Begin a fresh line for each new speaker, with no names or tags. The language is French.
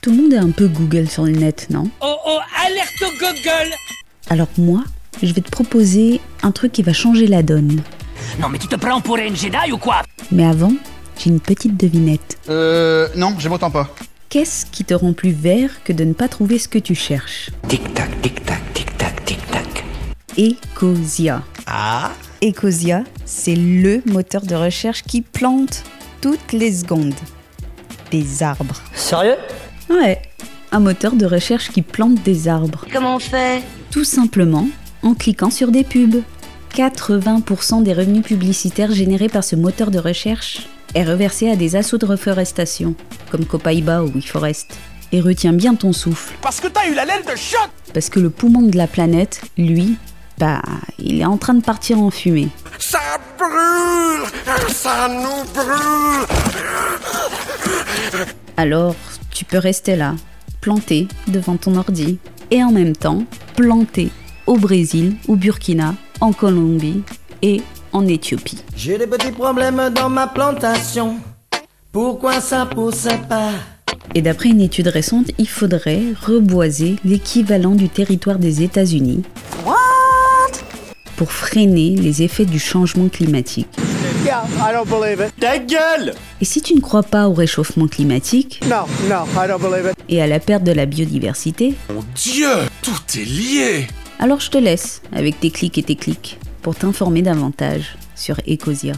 Tout le monde est un peu Google sur le net, non
Oh oh, alerte au Google
Alors moi, je vais te proposer un truc qui va changer la donne.
Non mais tu te prends pour un Jedi ou quoi
Mais avant, j'ai une petite devinette.
Euh. Non, je m'entends pas.
Qu'est-ce qui te rend plus vert que de ne pas trouver ce que tu cherches
Tic tac, tic tac, tic tac, tic tac.
Ecosia.
Ah
Ecosia, c'est le moteur de recherche qui plante toutes les secondes des arbres.
Sérieux
Ouais, un moteur de recherche qui plante des arbres.
Comment on fait
Tout simplement en cliquant sur des pubs. 80% des revenus publicitaires générés par ce moteur de recherche est reversé à des assauts de reforestation, comme Copaiba ou WeForest. Et retiens bien ton souffle,
Parce que t'as eu la laine de choc
parce que le poumon de la planète, lui, bah, il est en train de partir en fumée.
Ça brûle Ça nous brûle
Alors, tu peux rester là, planté devant ton ordi, et en même temps, planté au Brésil, au Burkina, en Colombie et en Éthiopie.
J'ai des petits problèmes dans ma plantation. Pourquoi ça pousse pas
Et d'après une étude récente, il faudrait reboiser l'équivalent du territoire des États-Unis pour freiner les effets du changement climatique.
Yeah, I don't believe it.
Ta gueule
Et si tu ne crois pas au réchauffement climatique
No, no, I don't believe it.
et à la perte de la biodiversité,
Mon Dieu Tout est lié
alors je te laisse avec tes clics et tes clics pour t'informer davantage sur Ecosia.